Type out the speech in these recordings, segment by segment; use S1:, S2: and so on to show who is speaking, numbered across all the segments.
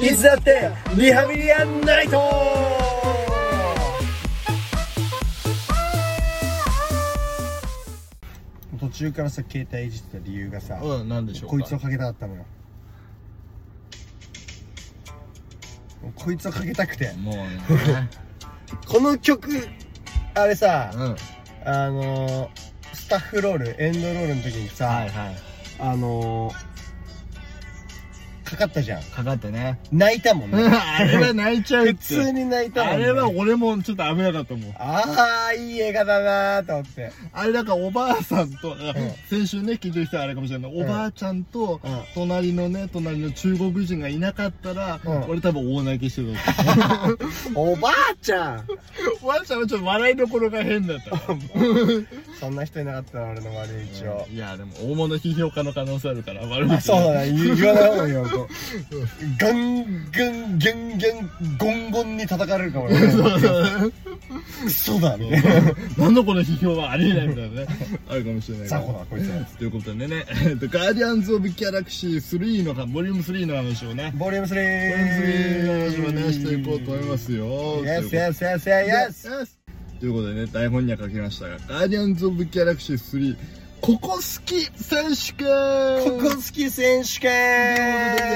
S1: いつだってリハビリアンナイト途中からさ携帯いじってた理由がさ、
S2: うん、なんでしょうか。
S1: こいつをかけたかったのよこいつをかけたくて
S2: もうね。
S1: この曲あれさ、
S2: うん。は
S1: あのースタッフロールエンドロールの時にさ、
S2: いはい。
S1: あのーかかったじゃん
S2: かかってね。
S1: 泣いたもんね
S2: あれは 泣いちゃうっ
S1: 普
S2: て。
S1: 通に泣いたもんね
S2: あれは俺もちょっと危なかったもん。
S1: ああいい映画だなーと思って
S2: あれなんかおばあさんと、
S1: ん
S2: 先週ね、聞いてる人はあれかもしれない。
S1: ん
S2: おばあちゃんと
S1: うん、
S2: 隣のね、隣の中国人がいなかったら、
S1: うん
S2: 俺多分大泣きしてた と思
S1: おばあちゃん
S2: う。おばあちゃんはちょっと笑いどころが変だった。
S1: そんな人いなかったな俺の周りに一応、
S2: いや、でも大物批評家の可能性あるから、悪
S1: あ
S2: 口
S1: そうだな 言言わない方がいいよこうガンガンギャンギャンゴンゴンに叩かれるかもねクソだみたいな
S2: なんだこの批評はありえないみたいなね。 あるかもしれないから
S1: 雑魚だこいつは
S2: ということでね、 えっとガーディアンズ・オブ・ギャラクシー3の話、ボリューム3の話をね、
S1: ボリューム
S2: ボリューム3
S1: 3
S2: の話をね、していこうと思いますよ。
S1: Yes
S2: という
S1: yes yes
S2: ことで
S1: yes yes
S2: Yes ということでね、台本には書きましたが、ガーディアンズ・オブ・ギャラクシー3、ここ好き選手
S1: こ
S2: 権
S1: こ好き選手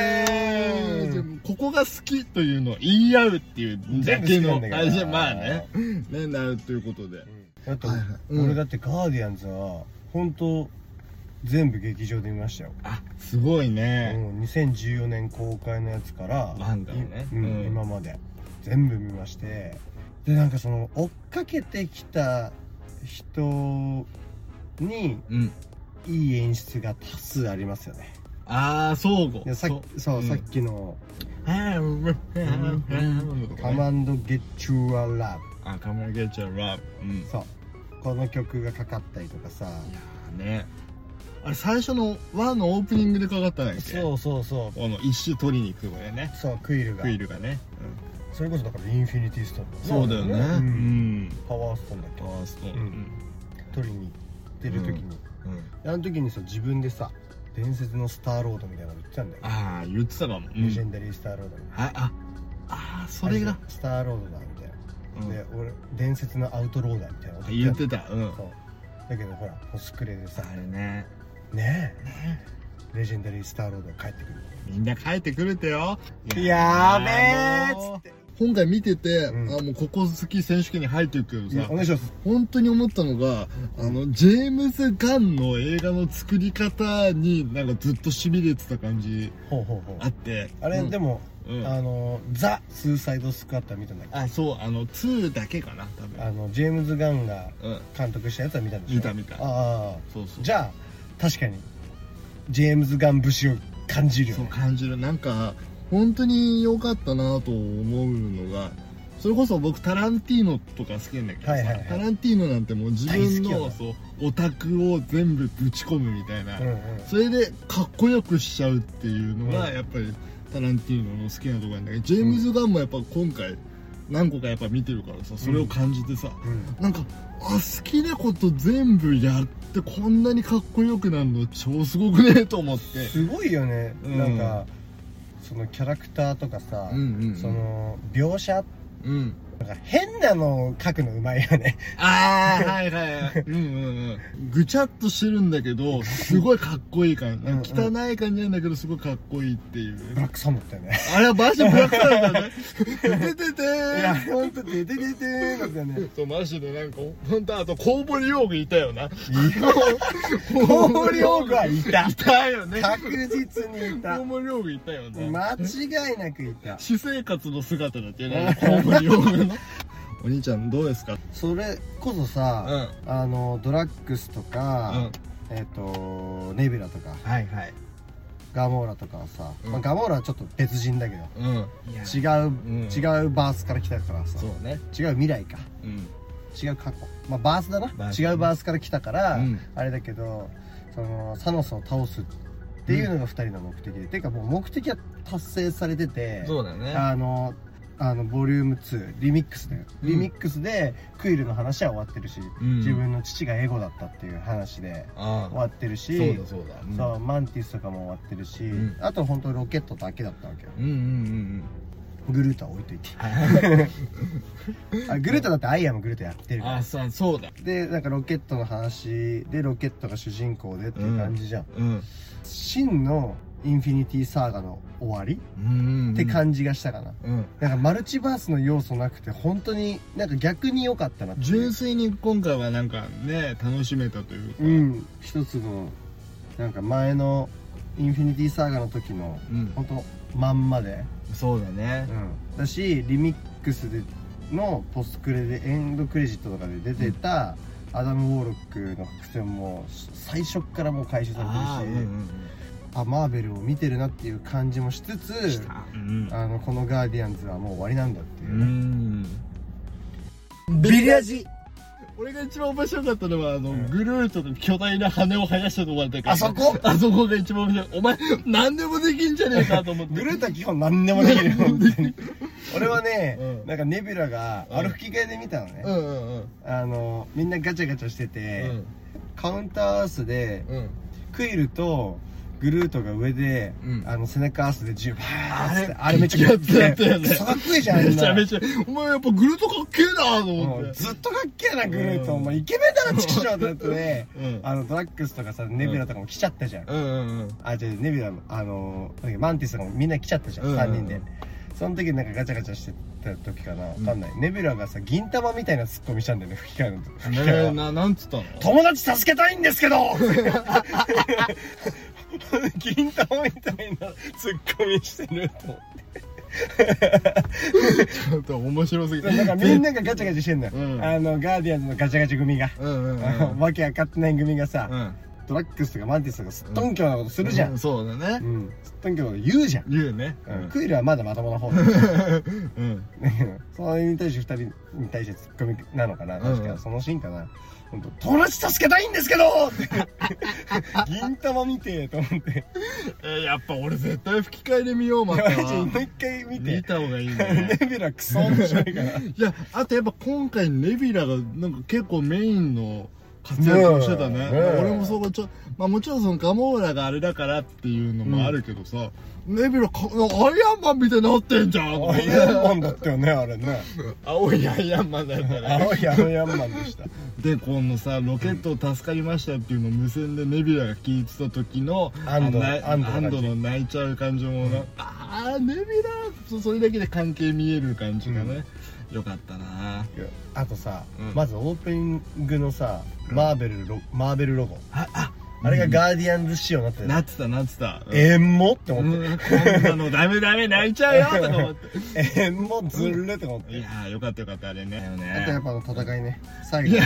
S1: 権
S2: ここが好きというのを言い合うっていうだけ
S1: 全部好
S2: の
S1: きなんだから
S2: あじゃあまあねねなるということで
S1: だって
S2: はいはいうん
S1: 俺だってガーディアンズは本当全部劇場で見ましたよ
S2: あすごいね、
S1: うん、2014年公開のやつから
S2: ワンダをね
S1: いうん
S2: うん
S1: 今まで全部見ましてでなんかその追っかけてきた人に
S2: うん。
S1: いい演出が多数ありますよね
S2: ああ、相互。
S1: でさっきそう、
S2: うん
S1: さっきの
S2: あーうんうん
S1: 「カマンド・ゲッチュア・ラ
S2: あ、カマンゲッチャーラブ。うん。い
S1: ブ」そうこの曲がかかったりとかさ
S2: やーね。あれ、最初のワンのオープニングでかかったんだっけ
S1: そうそうそう
S2: この一種取りに行くとこでね。
S1: そうクイルが
S2: クイルがね。
S1: それこそだからインフィニティ・ストーン
S2: そうだよね。
S1: う
S2: うんん。
S1: パワーストーンだっ
S2: パ
S1: け
S2: ワーストーン。
S1: うん取りに行ってる時に、
S2: うんうん
S1: あの時にさ自分でさ伝説のスターロードみたいなの言ってたんだよ、
S2: ああ、言ってたかも。うん
S1: レジェンダリースターロードみたいな
S2: あ、あ、あー、それが
S1: あ。スターロードだみたいな、
S2: うん
S1: で俺伝説のアウトローだみたいなこと
S2: 言ったてた。うん。
S1: そうだけどほらコスクレでさ
S2: あれね。
S1: ねえレジェンダリースターロードが帰ってくる
S2: みんな帰ってくれてよ。
S1: やべえ
S2: ー
S1: っつって
S2: 今回見てて、
S1: うん
S2: あもうここ好き選手権に入っていくけどさ
S1: お、願いします
S2: 本当に思ったのが、あの、ジェームズ・ガンの映画の作り方になんかずっと痺れてた感じ
S1: ほうほうほう
S2: あって。
S1: あれ、
S2: うん
S1: でも、
S2: うん
S1: あのザ・スーサイド・スクワットは見たんだけ
S2: あ、そう、あの、2だけかな、多
S1: ど
S2: 分。
S1: あのジェームズ・ガンが
S2: うん。
S1: 監督したやつは見たんでしょ
S2: 見た見た
S1: ああ
S2: そうそう。
S1: じゃあ確かにジェームズ・ガン節を感じるよ
S2: そう
S1: ね
S2: 感じる。なんか、本当に良かったなと思うのが、それこそ僕タランティーノとか好きなんだけどさ、
S1: はいはいはい
S2: タランティーノなんてもう自分
S1: 大
S2: の、
S1: 好き
S2: そう、オタクを全部ぶち込むみたいな。
S1: うんうん
S2: それでかっこよくしちゃうっていうのが
S1: うん
S2: やっぱりタランティーノの好きなところなんだけどジェームズ・ガンもやっぱ今回何個かやっぱ見てるからさそれを感じてさ、
S1: うん
S2: なんかあ好きなこと全部やってこんなにかっこよくなるの超すごくねと思って
S1: すごいよね、
S2: うん
S1: なんかそのキャラクターとかさ、
S2: うんうんうん
S1: その描写
S2: うん
S1: なんか変なのを描くのうまいよね
S2: ああはいはいはいうんうんうんぐちゃっとしてるんだけどすごいかっこいい感じ
S1: うんう
S2: 汚い感じなんだけどすごいかっこいいっていう
S1: ブラックサムだよね
S2: あれはマジブラックサンダーね出てて
S1: い
S2: ー
S1: やほんと出て出てーだったよね
S2: そうマジでなんか本当あとコウモリ用具いたよない
S1: コウモリオークはいた
S2: たよね
S1: 確実にい
S2: コ
S1: た
S2: ウモリ用具いたよね、
S1: 間違いなくいた
S2: 私生活の姿だってねコウモリ用具のお兄ちゃんどうですか
S1: それこそ
S2: うん
S1: さ、
S2: は
S1: あのドラッグスとか、えっ、とネビュラとか
S2: いはい
S1: ガモーラとかはさ、
S2: うん
S1: まあ、ガモーラはちょっと別人だけど
S2: うん
S1: 違う、
S2: ん
S1: 違うバースから来たからさ
S2: そうね
S1: 違う未来か
S2: うん
S1: 違う過去まあバースだな
S2: バース
S1: 違うバースから来たから、
S2: うん
S1: あれだけどそのサノスを倒すっていうのが2人の目的で、ていうかもう目的は達成されてて、
S2: うだね
S1: あのあのボリューム2リミックスでリミックスでクイルの話は終わってるし、
S2: うん
S1: 自分の父がエゴだったっていう話で
S2: あ
S1: 終
S2: あ
S1: わってるし
S2: そうだそうだ
S1: そうマンティスとかも終わってるし、
S2: ん
S1: あと本当ロケットだけだったわけよ
S2: うんうんうん
S1: グルータは置いといて
S2: うん
S1: あグルータだってアイアムグルータやってるか
S2: あそうそうだ
S1: らでなんかロケットの話でロケットが主人公でっていう感じじゃん、
S2: うん
S1: 真のインフィニティサーガの終わり
S2: うん
S1: って感じがしたかな、
S2: じうん
S1: なんかマルチバースの要素なくて本当になんか逆に良かったなっていう
S2: 純粋に今回はなんかね楽しめたというか
S1: うん一つのなんか前のインフィニティサーガの時の
S2: うん
S1: 本当まんまで、
S2: そうだね
S1: うん、だしリミックスでのポスクレでエンドクレジットとかで出てたアダム・ウォーロックの伏線も最初っからもう回収さ
S2: ああ
S1: れ
S2: う
S1: て
S2: ん
S1: るしあマーベルを見てるなっていう感じもしつ
S2: うん
S1: つ
S2: したうん
S1: あのこの「ガーディアンズ」はもう終わりなんだっていうう、
S2: ん
S1: ビリアジ
S2: 俺が一番面白かったのはあの、
S1: ん
S2: グルートの巨大な羽を生やしたとこだったから
S1: あそこ
S2: あそこが一番面白いお前何でもできんじゃねえかと思って
S1: グルートは基本何でもできるよ本当に俺はね、
S2: うん
S1: なんかネビュラが
S2: ん
S1: あれ吹き替えで見たのね、
S2: うんうんうん
S1: あのみんなガチャガチャしてて、カウンターアースで
S2: うんうん
S1: クイルとグルートが上で、
S2: うん
S1: あの背中アースで銃バーンって
S2: あれ
S1: あれめっちゃかっけ
S2: やったや
S1: え
S2: ったやった
S1: ク ソかっこいいじゃんあんな
S2: めちゃめちゃお前やっぱグルートかっけえなと
S1: も
S2: 思っ
S1: う
S2: て
S1: ずっとかっけえなグルート、
S2: うん
S1: お前イケメンだなチクショーってなってね、
S2: うん
S1: あのドラッグスとかさネビュラとかも来ちゃったじゃん、
S2: うんうんうん
S1: あじゃあネビュラもあのなんだっけマンティスとかもみんな来ちゃったじゃん、
S2: うん
S1: 3人でその時なんかガチャガチャしてた時かなわかんない、ネビュラがさ銀玉みたいなツッコミしたんだよね吹き替えの吹き替え
S2: ね
S1: は
S2: えななんつったの
S1: 友達助けたいんですけど 銀玉みたいなツッコミしてると思って
S2: ちょっと面白すぎて
S1: なんかみんながガチャガチャしてんのよ、
S2: うん
S1: あのガーディアンズのガチャガチャ組が、
S2: うんうんうん
S1: あのわけわかってない組がさ、
S2: うん
S1: ドラッグスとかマンティスとかすっとんきょうなことするじゃん、
S2: う
S1: うん
S2: そうだね
S1: すっとんきょうなこと言うじゃん、
S2: 言うねうん
S1: クイルはまだまともな方だ
S2: うん
S1: それに対して2人に対してツッコミなのかな
S2: うん
S1: 確かそのシーンかな、本当友達助けたいんですけどって銀玉見てえと思って
S2: えーやっぱ俺絶対吹き替えで見ようま
S1: マ
S2: た
S1: ジもう一回見て
S2: 見た方がいいね
S1: ネビュラクソ面白いから
S2: いやあとやっぱ今回ネビラがなんか結構メインの活躍をしてたね
S1: ねえねえ
S2: 俺もそこちょまあもちろんそのガモーラがあれだからっていうのもあるけどさ、ネビラかアイアンマンみたいになってんじゃん
S1: アイアンマンだったよねあれね
S2: 青いアイアンマンだったね
S1: 青いアイアンマンでした
S2: でこのさロケット助かりましたっていうのを無線でネビラが聞いてた時の
S1: 安堵
S2: あのな
S1: 安堵の感じ
S2: 安堵の泣いちゃう感じもな、ああネビラそそれだけで関係見える感じがね、よかったな
S1: あとさ、
S2: うん
S1: まずオープニングのさマーベルロマーベルロゴ
S2: ああ
S1: あれがガーディアンズ仕様になってる、
S2: なってたなってた
S1: えんもって思って、
S2: うんこんなのダメダメ泣いちゃうよとか思って
S1: えんもずるって思って、
S2: いやーよかったよかったあれね
S1: あとやっぱあの戦いね最後
S2: いや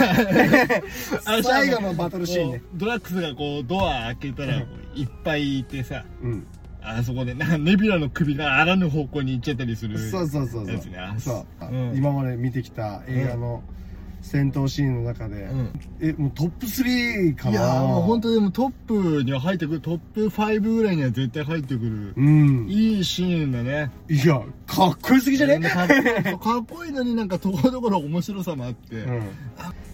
S2: あ
S1: 最後のバトルシーンね
S2: こうドラッグスがこうドア開けたらこういっぱいいてさ
S1: うん
S2: あそこでなんかネビュラの首があらぬ方向に行っちゃったりする
S1: そうそうそうそう
S2: やつね
S1: そう、
S2: うん
S1: 今まで見てきた映画の戦闘シーンの中で、
S2: うん
S1: えもうトップ3かない
S2: やーもう本当でもトップには入ってくるトップ5ぐらいには絶対入ってくる
S1: うんい
S2: いいシーンだね
S1: やかっこよすぎじゃね、
S2: かっこいいそうかっこいいのになんかところどころ面白さもあって、
S1: うん、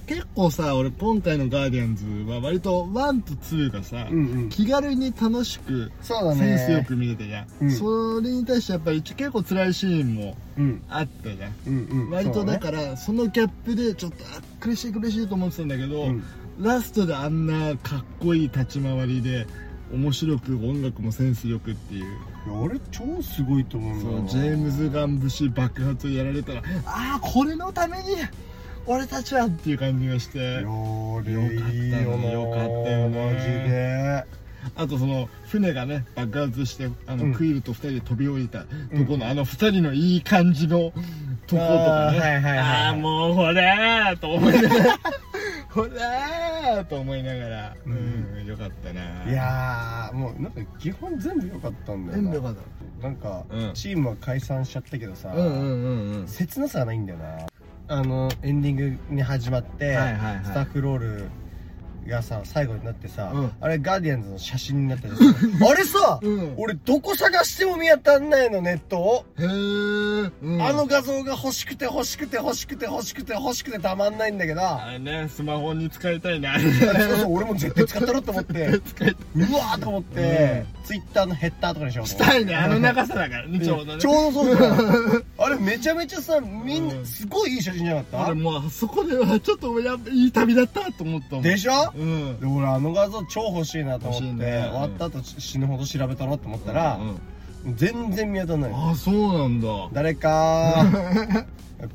S2: 結構さ俺今回の「ガーディアンズ」は割と1と2がさ、
S1: うんうん
S2: 気軽に楽しく
S1: そうだ
S2: セ
S1: ね
S2: ンスよく見れてじゃ
S1: う
S2: ん、
S1: ん
S2: それに対してやっぱり結構辛いシーンも
S1: うん
S2: あったじゃん
S1: うんうん
S2: 割とだ
S1: ら
S2: からそのギャップでちょっとあ苦しい苦しいと思ってたんだけど、
S1: うん
S2: ラストであんなかっこいい立ち回りで面白く音楽もセンスよくっていう、
S1: あれ超すごいと思
S2: そううん
S1: だ
S2: ジ
S1: よ
S2: ェームズ・ガン節爆発をやられたらああこれのために俺たちはっていう感じがして
S1: ないやあれいいよな
S2: よかったよね
S1: マジで
S2: あとその船がね爆発してあの、
S1: うん
S2: クイルと2人で飛び降りたとこの、あの2人のいい感じのとことか
S1: あー
S2: ね
S1: はいはいはいはい
S2: ああもうほらーと思いながらほらーと思いながら、うんよかったない
S1: やーもうなんか基本全部良かったんだよ
S2: 全
S1: な
S2: 部よかっ
S1: なんか、
S2: うん
S1: チームは解散しちゃったけどさ、
S2: たうんうんうんうん
S1: 切なさがないんだよなあのエンディングに始まって、
S2: はいはいはい
S1: スタッフロールがさ最後になってさ、
S2: うん
S1: あれガーディアンズの写真になってる あれさ、
S2: うん
S1: 俺どこ探しても見当たんないのネットを、
S2: へえ、うん、
S1: あの画像が欲しくて欲しくて欲しくて欲しくて欲しくてたまんないんだけど、
S2: あれねスマホに使いたいね
S1: 俺も絶対使ったろと思 って
S2: 使いたいう
S1: わーと思って、ツイッターのヘッダーとかにしようと思って
S2: したいねあの長さだからねちょうどね
S1: ちょうどそうじゃんあれめちゃめちゃさみんな、
S2: うん
S1: すごいいい写真じゃなか
S2: 俺
S1: っ
S2: もうそこではちょっとやっぱいい旅だったと思った
S1: た
S2: もん
S1: でしょ、
S2: うん
S1: で俺あの画像超欲しいなと思って、
S2: 欲しいね
S1: 終わった後死ぬほど調べたろと思ったら、
S2: うんうん
S1: 全然見当たらない
S2: あそうなんだ
S1: 誰か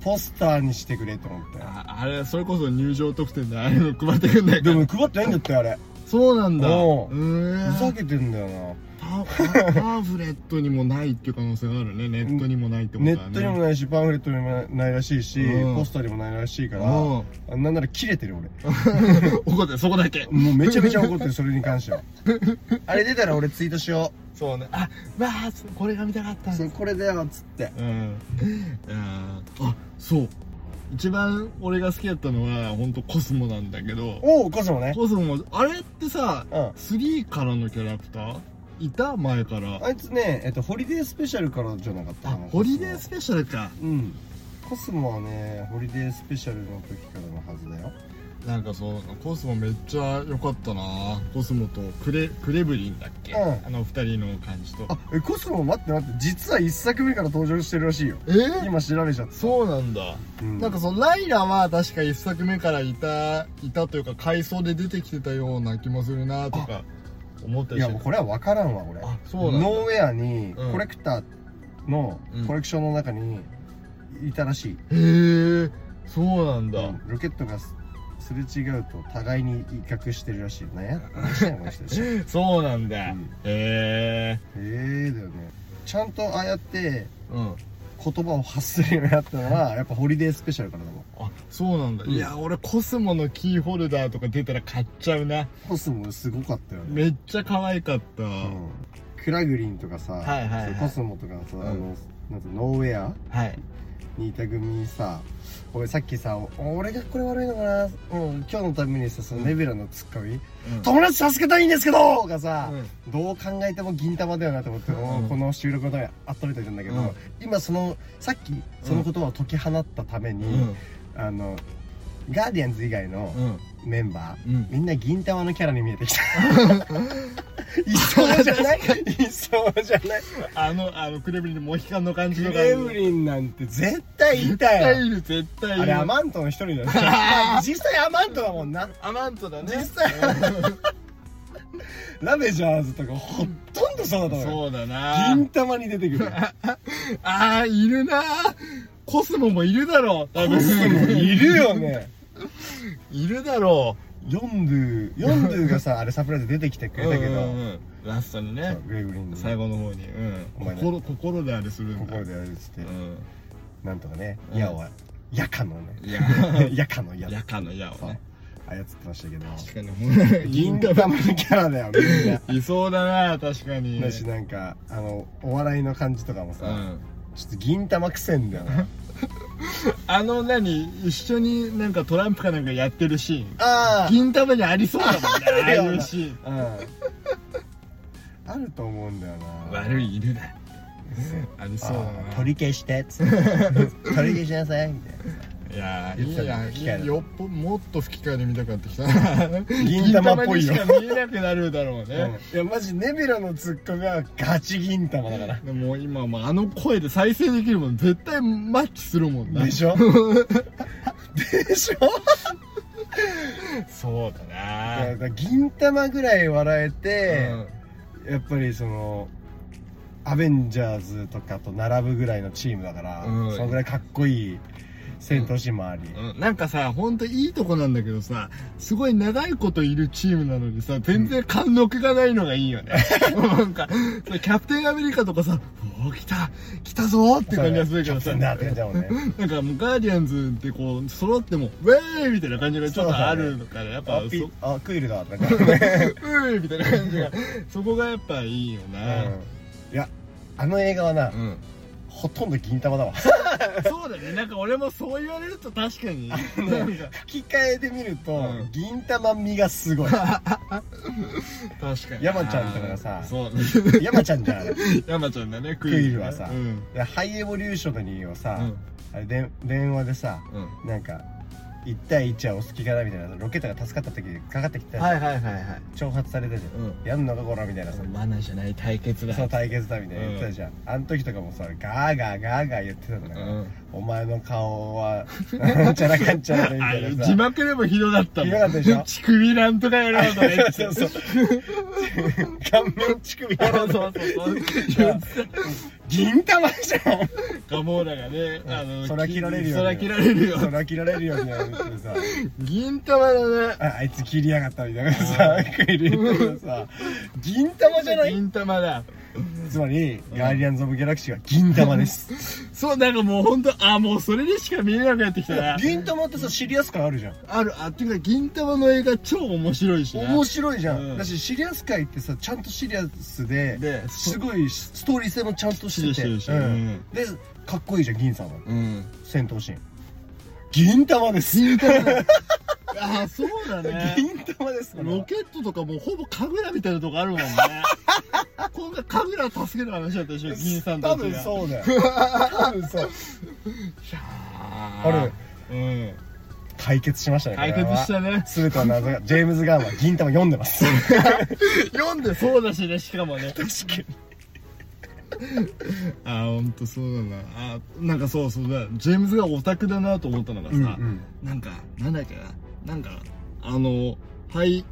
S1: ポスターにしてくれと思って
S2: ああれそれこそ入場特典であれの配ってくんないか
S1: で
S2: ら
S1: も配ってないんだってあれ
S2: そうなんだ
S1: おう
S2: ーん
S1: ふざけてんだよな
S2: パパンフレットにもないっていう可能性があるねネットにもないってこと
S1: ネ
S2: だね
S1: ットにもないしパンフレットにもないらしいし、
S2: うん
S1: ポスターにもないらしいから、
S2: うん
S1: あなんなら切れてる俺
S2: 怒ってるそこだけ
S1: もうめちゃめちゃ怒ってるそれに関しては あれ出たら俺ツイートしよ
S2: そうねあわあこれが見たかった
S1: うそうこれだよっつって
S2: うんいやーあそう一番俺が好きだったのは本当コスモなんだけど
S1: おおコスモね
S2: コスモあれってさ
S1: うん
S2: 3からのキャラクターいた前から
S1: あいつねえっとホリデースペシャルからじゃなかった
S2: あ
S1: かな
S2: ホリデー
S1: コス
S2: スペシャルか
S1: モうんコスモはねホリデースペシャルの時からのはずだよ
S2: なんかそうコスモめっちゃ良かったなコスモとクレクレブリンだっけ、
S1: うん
S2: あの二人の感じと
S1: あえコスモ待って待って実は1作目から登場してるらしいよ
S2: え
S1: 今調べちゃった
S2: そうなんだ、
S1: うん
S2: なんかそのライラは確か一作目からいたいたというか回想で出てきてたような気もするなとか思った
S1: い
S2: り
S1: や
S2: し
S1: もう
S2: て
S1: これは分からんわ俺
S2: あそうなんだ
S1: ノーウェアに
S2: うん
S1: コレクターの
S2: うん
S1: コレクションの中にいたらしい、
S2: へえそうなんだ、
S1: うんロケットがすすれ違うと互いに威嚇してるらしいよね何してんのこの人た ちへ
S2: そうなんだ、
S1: うん
S2: へえ
S1: えだよねちゃんとああやって
S2: うん
S1: 言葉を発するようになったのはやっぱホリデースペシャルからだもん
S2: あそうなんだ、
S1: うん
S2: いや俺コスモのキーホルダーとか出たら買っちゃうな
S1: コスモすごかったよね、
S2: めっちゃ可愛かった、
S1: うん、クラグリンとかさ、
S2: はいはいは
S1: そ
S2: い
S1: うコスモとかさ、
S2: ん
S1: あのなんてノーウェア
S2: はい
S1: にいた組さ俺さっきさお俺がこれ悪いのかな、うん、今日のためにさそのレベラのツッコミ、友達助けたいんですけど!」がさ、どう考えても銀玉だよなと思って、もう
S2: うん
S1: この収録のためにあっとめてるんだけど、
S2: うん
S1: 今そのさっきその言葉を解き放ったために、あのガーディアンズ以外の
S2: うん
S1: メンバー、
S2: うん
S1: みんな銀玉のキャラに見えてき たいそうじゃないいそうじゃない
S2: あのあのクレブリンのモヒカンの感じ
S1: グ
S2: とか
S1: レムリンなんて絶対いたよ
S2: 絶対いる絶対いる
S1: あれアマントの一 人だね実際アマントだもんな
S2: アマントだね
S1: 実際ラベジャーズとかほとんどそうだよ
S2: そうだな
S1: 銀玉に出てく る
S2: あーいるなコスモもいるだろう多分
S1: コスモいるよね
S2: いるだろ
S1: ヨンドゥヨンドゥがさあれサプライズ出てきてく
S2: う
S1: れたけど、
S2: うんうんうんラストに
S1: そ
S2: ね
S1: うグレグリーンの
S2: 最後の方に、
S1: お
S2: うん、
S1: 前ね
S2: 心心であれするんだ
S1: 心でやるっつって、
S2: うん
S1: なんとかね、
S2: うん
S1: 矢はヤカのね
S2: いや
S1: ヤカの矢
S2: やかの矢を
S1: そう
S2: ね
S1: 操ってましたけど
S2: 確かにほら
S1: 銀玉のキャラだよみんな
S2: いそうだな確かに
S1: だしなんかあのお笑いの感じとかもさ、
S2: うん
S1: ちょっと銀玉くせんだよ な
S2: あの何一緒になんかトランプかなんかやってるシーン
S1: あ
S2: 銀玉にありそうだもんねああ
S1: る
S2: い
S1: よ
S2: うシーン
S1: あうんあると思うんだよな
S2: 悪い犬だあり
S1: あ
S2: そうだ
S1: ー
S2: な
S1: 取り消して っつって取り消しなさいみたい
S2: いやー
S1: 言ってたね
S2: い
S1: 吹き
S2: い
S1: 替え
S2: や
S1: だ
S2: んよっぽもっと吹き替えで見たかってきた
S1: 銀玉っぽいよ
S2: 銀玉にしか見えなくなるだろう
S1: な、
S2: ね、
S1: いやマジネビラのツッコミはガチ銀玉だから
S2: でももう今もうあの声で再生できるもん絶対マッチするもんな
S1: でし ょでしょ
S2: そうだ
S1: いやだ
S2: な
S1: から銀玉ぐらい笑えて、
S2: うん
S1: やっぱりそのアベンジャーズとかと並ぶぐらいのチームだから、
S2: うん
S1: そのぐらいかっこいい戦闘シーンもあり、
S2: うんなんかさほんといいとこなんだけどさすごい長いこといるチームなのにさ全然貫禄がないのがいいよね、 なんかそれキャプテンアメリカとかさ「おお来た来たぞ」って感じがするけど
S1: キャプ
S2: さ
S1: テンだって感じだもんね
S2: なんかもうガーディアンズってこう揃ってもウェーイみたいな感じがちょっとあるのからやっぱ
S1: あ
S2: そ
S1: ピ
S2: う
S1: あクイルだとかね、
S2: ーイみたいな感じがそこがやっぱいいよ
S1: う
S2: な、
S1: ん、いやあの映画はな、
S2: うん、
S1: ほとんど銀 玉だわ
S2: そうだねなんか俺もそう言われると確か になんか
S1: 吹き替えで見ると、
S2: うん
S1: 銀玉味がす ごい
S2: 確かに
S1: 山ちゃんとかがさ
S2: そう
S1: 山ちゃんじゃんあれ
S2: 山ちゃんだねク
S1: イ
S2: イ
S1: ル
S2: ル
S1: は
S2: は
S1: さ
S2: さうん
S1: でハイエボリューショナリーを
S2: う
S1: さ、
S2: ん
S1: あれで電話でさ
S2: うん
S1: なんか1対1はお好きかなみたいなロケットが助かった時にかかってきた、
S2: はいはいはいはい
S1: 挑発されたじゃん、
S2: うん
S1: やんのかこらみたいなさ、
S2: マナーじゃない対決だ
S1: その対決だみたいな言ってたじゃん、あの時とかもさガーガーガーガー言ってたんだから、
S2: うん
S1: お前の顔は なんちゃらかんちゃらでみ
S2: あ
S1: たい
S2: れ
S1: な
S2: 字
S1: さ
S2: 幕でもひどかったもん
S1: ひどかったでしょ
S2: 乳首なんとかやろうとか言って
S1: そうそう顔面乳首やろ
S2: そうう
S1: と
S2: そうそう
S1: 言って銀玉じゃん
S2: ガモーラがねあの
S1: そら切られるよ
S2: そら切られるよ
S1: そら切られるようになるってさ
S2: 銀玉だね
S1: ああいつ切りやがったみたいなさクイル言ったけどさ銀玉じゃない
S2: 銀玉だ
S1: つまりガーディアンズ・オブ・ギャラクシーは銀玉です
S2: そうなんかもう本当あもうそれにしか見えなくなってきたな
S1: 銀玉ってさシリアス感あるじゃん
S2: あるあっていうか銀玉の映画超面白いしな
S1: 面白いじゃん、
S2: うん
S1: だしシリアス界ってさちゃんとシリアスで
S2: です
S1: すごいストーリー性もちゃんとして
S2: して
S1: て
S2: るして
S1: う
S2: る
S1: んでかっこいいじゃん銀さんは
S2: うん
S1: 戦闘シーン銀玉です
S2: 銀 玉だああそうだね
S1: 銀玉ですから
S2: ロケットとかもうほぼ神楽みたいなとこあるも んね今回神楽助ける話だったでしょ銀さんた
S1: 多
S2: ちが
S1: 分そうだよ多分そう
S2: あるうん
S1: 解決しましたね
S2: 解決したね
S1: すべての謎がジェームズ・ガンは銀玉読んでます
S2: 読んでそうだしねしかもね
S1: 確かに
S2: あーほんとそうだなあーなんかそうそうだジェームズがオタクだなと思ったのがさ、
S1: うんうん
S2: なんかなんだっけななんかあのハイ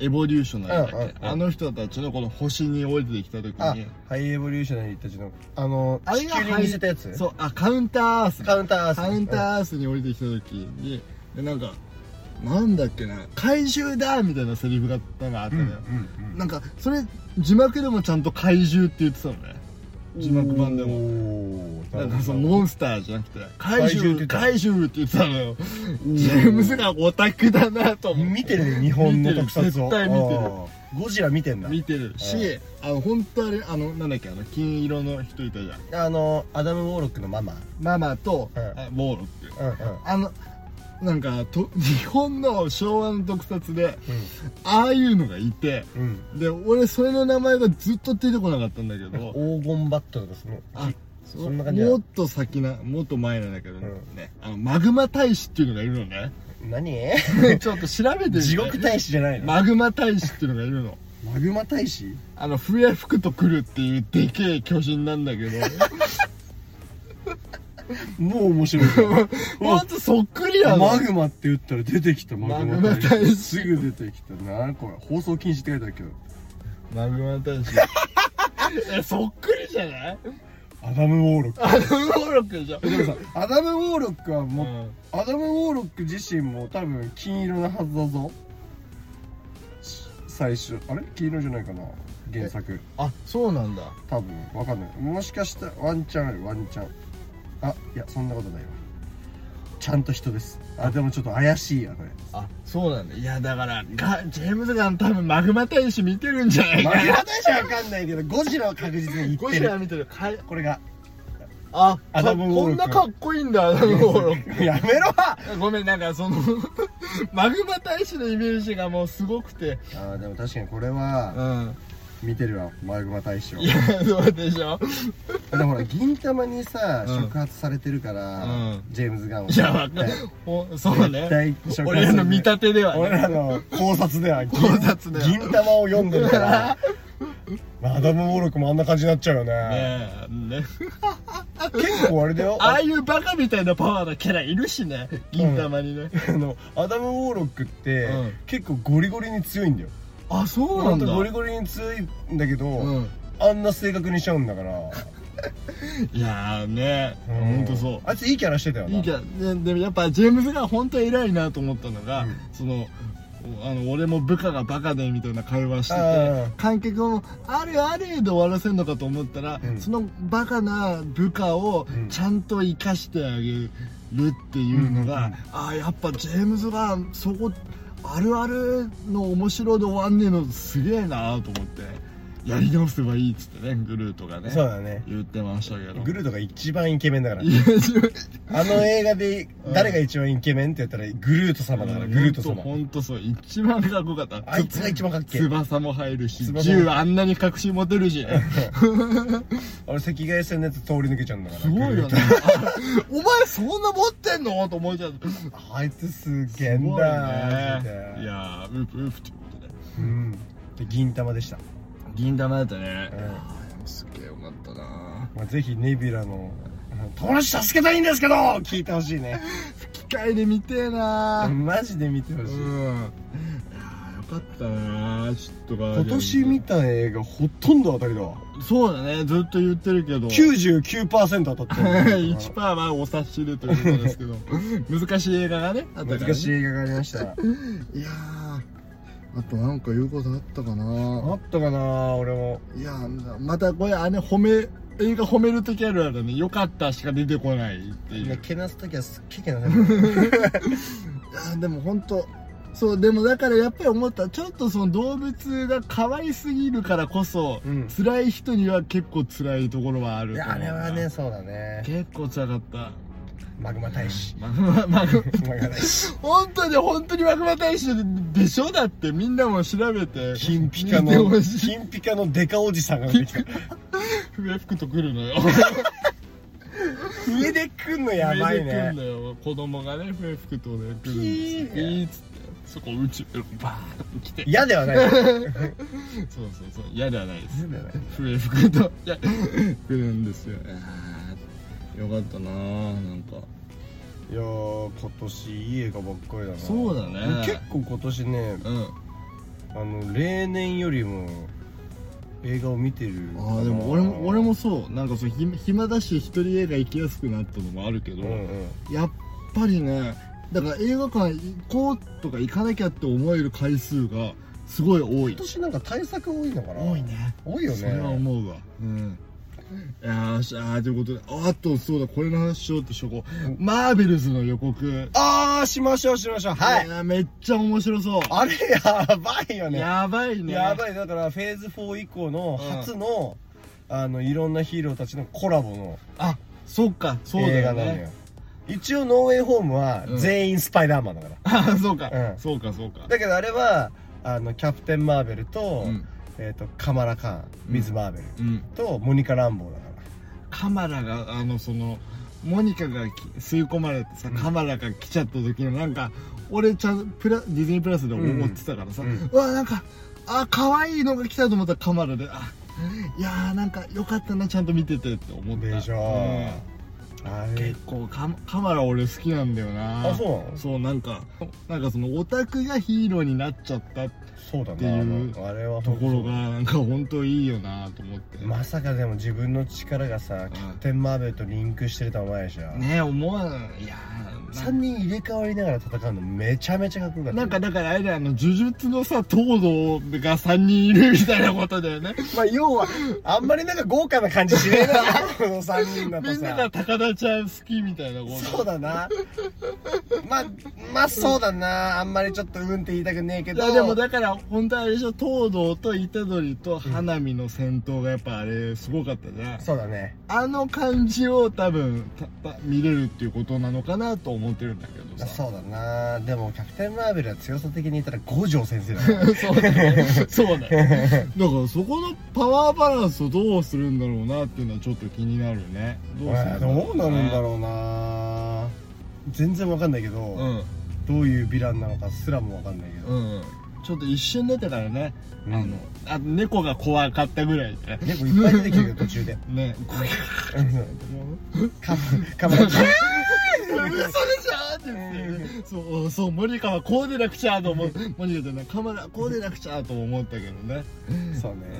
S2: エボリューショナルだっけ、
S1: うんうんうん
S2: あの人たちのこの星に降りてきた時
S1: あ
S2: に、
S1: ハイエボリューショナリーたちの、あの、
S2: あれ
S1: 地
S2: が
S1: 球に見せたやつ
S2: そうあカウンターアース
S1: カウンターアース
S2: カウンターアースに降りてきた時に、でなんかなんだっけな怪獣だみたいなセリフがなんかあった
S1: うん
S2: の
S1: うん
S2: よ、
S1: うん
S2: なんかそれ字幕でもちゃんと怪獣って言ってたのね字幕版でも
S1: も
S2: なんかそのモンスターじゃなくて怪獣
S1: 怪獣って言ってた
S2: 怪獣って言ってたのよジェームズがオタクだなと思って
S1: 見てるね日本の特撮を
S2: 見てる絶対見てる
S1: るゴジラ見てんだ
S2: 見てるしあの本当あれあのなんだっけあの金色の人いたじゃん
S1: あのアダム・ウォーロックのママ
S2: ママと、
S1: うん
S2: あウォーロック
S1: うんうん
S2: あのなんかと日本の昭和の特撮でああいうのがいて
S1: うん
S2: で俺それの名前がずっと出てこなかったんだけ ど
S1: うん黄金バットとかその
S2: あ
S1: そんな感じだ
S2: もっと先なもっと前なんだけどね、
S1: う
S2: あのマグマ大使っていうのがいるのね
S1: 何
S2: ちょっと調べてみて
S1: 地獄大使じゃないのマ
S2: マグマ大使っていうのがいるの
S1: グマ大使
S2: あの笛吹くと来るっていうでけえ巨人なんだけど
S1: もう面白い
S2: ほんとそっくりなの
S1: マグマって言ったら出てきたマグマ大
S2: マグマ大
S1: 使
S2: 使
S1: すぐ出てきたなこれ放送禁止って書いてあるけど
S2: マグマ大使えそっくりじゃない
S1: アダム・ウォーロック
S2: あのウォロックでしょ
S1: でもさアダム・ウォーロックはもう、
S2: うん
S1: アダム・ウォーロック自身も多分金色なはずだぞし最初あれ金色じゃないかな原作
S2: あそうなんだ
S1: 多分わかんないもしかしたらワンチャンあるワンチャンあいやそんなことないわちゃんと人ですあでもちょっと怪しいやこれ
S2: あそうなんだいやだからガジェームズ・ガン多分マグマ大使見てるんじゃない
S1: ま
S2: か
S1: あ
S2: な
S1: 私はわかんないけどゴジラは確実に言
S2: ゴ
S1: って
S2: ジラ
S1: る
S2: 見てるかい
S1: これが
S2: あ
S1: ア
S2: か
S1: ダムウ
S2: こ
S1: ォーロ
S2: ん
S1: ック
S2: なかっこいいんだアダム・ウォーロッ
S1: やめろあ
S2: クごめんなんかその マグマ大使のイメージがもうすごくて
S1: ーでも確かにこれ
S2: う
S1: は
S2: ん
S1: 見てるわマグマ大将
S2: いやそうでしょ
S1: でもほら銀玉にさ
S2: うん
S1: 触発されてるから、
S2: うん
S1: ジェームズ・ガンはい
S2: やわかんほそうね
S1: 絶対触発する
S2: 俺らの見立てでは
S1: 俺
S2: ね
S1: らの考察では銀
S2: 考察では
S1: 銀玉を読んでるからアダム・ウォーロックもあんな感じになっちゃうよね
S2: ねえね
S1: 結構あれだよ
S2: ああ
S1: あ
S2: いうバカみたいなパワーのキャラいるしね銀玉にね、
S1: のアダム・ウォーロックって、
S2: うん
S1: 結構ゴリゴリに強いんだよ
S2: あそうな
S1: ほ
S2: ん
S1: ん
S2: だ
S1: とゴリゴリに強いんだけど、
S2: うん
S1: あんな性格にしちゃうんだから
S2: いやーね、ほんとそう
S1: あいついいキャラしてたよない
S2: いじゃんででもやっぱジェームズが本当偉いなと思ったのが、
S1: うん
S2: そのおあの俺も部下がバカでみたいな会話して
S1: あ
S2: て観客も「あれあれ」で終わらせるのかと思ったら、
S1: うん
S2: そのバカな部下を
S1: うん
S2: ちゃんと生かしてあげるっていうのが、
S1: うんうん
S2: ああやっぱジェームズがそこあるあるの面白で終わんねえのすげえなと思ってやり直せばいいっつってねグルートがね
S1: そうだね
S2: 言ってましたけど
S1: グルートが一番イケメンだから
S2: いや自 分
S1: あの映画で誰が一番イケメンって言ったらグルート様だからグルート
S2: ほんとほ
S1: 様
S2: んとそう一番かっこよかった
S1: あいつが一番かっけえ
S2: 翼も入るし
S1: 翼も
S2: 銃あんなに隠し持てる しね
S1: 俺赤外線のやつ通り抜けちゃうんだから
S2: すごい
S1: グル
S2: よ
S1: ー
S2: ね お前そんな持ってんのと思っちゃう
S1: トあいつすげえ
S2: す
S1: ん
S2: ごい
S1: だ
S2: ねいやーウープウープということで
S1: うんで銀玉でした、
S2: 銀玉だったね
S1: うん
S2: すげえよかったな
S1: まあ、ぜひネビュラの「友達助けたいんですけど!」聞いてほしいね
S2: 機械で見てえな
S1: マジで見てほしい、
S2: うんいやーよかったなちょっとガーデ
S1: 今
S2: ィアン
S1: 年見た映画ほとんど当たりだわ
S2: そうだねずっと言ってるけど
S1: 99%当 たってる
S2: 1パーはお察しでということですけど難しい映画がねあったから、ね、
S1: 難しい映画がありました
S2: いやーあとなんか言うことあったか
S1: あ
S2: な
S1: ったかな俺も
S2: いやーまたこれあれ褒め映画褒めるときあるあるねよかったしか出てこないっていう、
S1: ねけなす時はすっげえけなされる
S2: いやーでも本当そうでもだからやっぱり思ったちょっとその動物が可愛すぎるからこそ、
S1: うん
S2: 辛い人には結構辛いところはある
S1: い
S2: と
S1: や
S2: 思
S1: あ
S2: う
S1: れ
S2: な
S1: はねそうだね
S2: 結構辛かった
S1: マグマ大使
S2: ままま
S1: マグマ大使
S2: 本当に本当にマグマ大使でしょだってみんなも調べて
S1: 金ピカ
S2: 見て
S1: の
S2: ほしい
S1: 金ピカのデカおじさんが出てきた
S2: 笛吹くと来るの よ
S1: 上で来んのやばい
S2: 笛で来
S1: ね
S2: んのよ子供がね笛吹くとね来るん
S1: ピー
S2: ですよいいっつってそこ宇宙バーン来て
S1: 嫌ではない嫌
S2: そうそうそう嫌ではないです
S1: ではない
S2: 笛吹くといや来るんですよえーよかったなぁなんか
S1: いやー今年いい映画ばっかりだな
S2: そうだね
S1: 結構今年ね
S2: うん
S1: あの例年よりも映画を見てる
S2: ああでも俺も俺もそうなんかそうひ暇だし一人映画行きやすくなったのもあるけど、
S1: うんうん
S2: やっぱりねだから映画館行こうとか行かなきゃって思える回数がすごい多い
S1: 今年なんか対策多いのかな
S2: 多いね
S1: 多いよ
S2: それは
S1: ね
S2: 思うわうんよーしあーということでああとそうだこれの話しようとしとこうマーベルズの予告
S1: ああしましょうしましょうはい
S2: やーめっちゃ面白そう
S1: あれやばいよね
S2: やばいね
S1: や
S2: い
S1: ばいだからフェーズ4以降の初の、あのいろんなヒーローたちのコラボの
S2: あそっかそうだ
S1: 映画
S2: よ
S1: なのよ
S2: ね
S1: 一応ノーウェイホームは
S2: うん
S1: 全員スパイダーマンだから、
S2: あそうか、
S1: うん
S2: そうかそうか
S1: だけどあれはあのキャプテン・マーベルと,、
S2: うん
S1: えー、とカマラ・カーンミズ・マーベル
S2: うん
S1: とモニカ・ランボーだから
S2: カマラがあのそのモニカがき吸い込まれてさ、
S1: うん
S2: カマラが来ちゃった時のなんか俺ちゃんプラディズニープラスで思ってたからさ、
S1: う
S2: うん
S1: うん
S2: わなんかあ可愛いのが来たと思ったらカマラであいやーなんかよかったなちゃんと見ててって思った
S1: でしょ、あ
S2: うん
S1: れ
S2: 結構カカマラ俺好きなんだよな
S1: あそうなの
S2: そうなんかなんかそのオタクがヒーローになっちゃった
S1: そうだ
S2: ってい
S1: なあ
S2: う
S1: のあれは
S2: と
S1: 本当
S2: ころがなんか本当いいよなと思って
S1: まさかでも自分の力がさキャプテン・マーベルとリンクしてるとは思わないでしょ、
S2: ね思わんいやーなんか
S1: 3人入れ替わりながら戦うのめちゃめちゃかっこよかった
S2: なんかだからあれだよあの呪術のさ東堂が3人いるみたいなことだよ ね
S1: まあ要はあんまりなんか豪華な感じしねえな この3人だと
S2: みんなが
S1: さ
S2: 高田ちゃん好きみたいなこと
S1: そうだなまあまあそうだなあんまりちょっとうんって言いたくねえけ
S2: い
S1: ど
S2: やでもだから本当あれでしょ東堂と虎杖と花見の戦闘がやっぱあれすごかったじゃん、
S1: そうだね
S2: あの感じを多分たた見れるっていうことなのかなと思ってるんだけど さ
S1: そうだなでもキャプテン・マーベルは強さ的に言ったら五条先生だ ね
S2: そうだねそうだねだからそこのパワーバランスをどうするんだろうなっていうのはちょっと気になるねどうする
S1: どうなるんだろうな全然わかんないけど、
S2: うん
S1: どういうヴィランなのかすらもわかんないけど、
S2: うん、ちょっと一瞬出てからね、
S1: うん
S2: あのあ猫が怖かったぐらいで
S1: 結構いっぱい出てきるよ途中 で
S2: ね
S1: カカメラ
S2: 嘘でしょって 言ってそうそうモニカはこうでなくちゃと思うモニカじゃないカメラこうでなくちゃと思ったけどね
S1: そう
S2: うん
S1: ね、
S2: い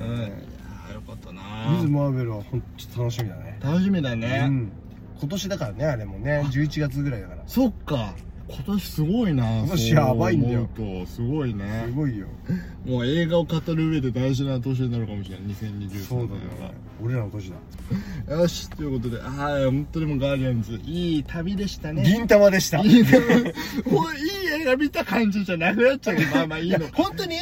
S2: やよかった
S1: ミズ・
S2: な
S1: マーベルは本当楽しみだね
S2: 楽しみだね、
S1: うん、今年だからねあれもね11月ぐらいだから
S2: そっか今年すごいな
S1: 今年やばいんだよ
S2: そう思うとすごい
S1: す
S2: ね
S1: ごいよ
S2: もう映画を語る上で大事な年になるかもしれない2023年は
S1: そうだね俺らの年だ
S2: よしということでああ本当にもうガーディアンズいい旅でしたね
S1: 銀玉でした
S2: いいねもういい映画見た感じじゃなくなっちゃうけどまあまあいい
S1: い
S2: の
S1: や本当に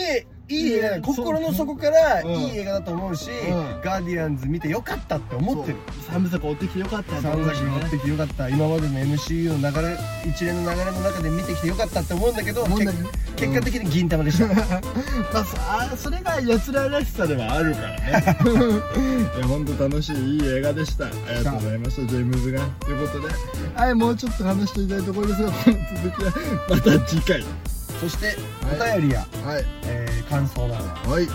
S1: いい映画だよ
S2: いや
S1: 心の底から
S2: そう
S1: いい映画だと思うし、
S2: うん
S1: ガーディアンズ見てよかったって思ってる
S2: そう三部作追ってきてよかった
S1: 三作持ってき
S2: き
S1: てよかった今までの MCU の流れ一連の流れの中で見てきてよかったって思うんだけど
S2: 思うんだけ
S1: け
S2: どね
S1: 結果的に銀玉でした、
S2: まあそあそれがやつららしさではあるから ねいや本当楽しいいい映画でしたありがとうございましたジェームズがということではいもうちょっと話していたいところですがこの続きはまた次回
S1: そして
S2: はい
S1: お便りや、
S2: はい
S1: えー感想などは、
S2: はい
S1: えー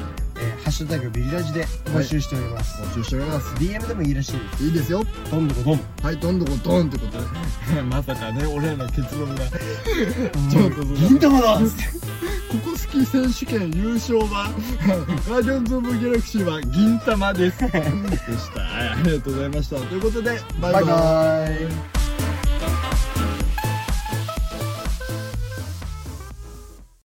S1: ハッシュタグビリラジ」で募集しております、
S2: 募集しております
S1: DM でもいいらしいで
S2: いいですよ
S1: すどんどこどん
S2: はいどんどこドンってことで まさかね俺らの結論がちょっとその
S1: 銀玉だっつって
S2: ここ好き選手権優勝はガーディアンズ・オブ・ギャラクシーは 銀玉ですでしたはいありがとうございましたということでバイバ
S1: バイ
S2: イ
S1: バーイ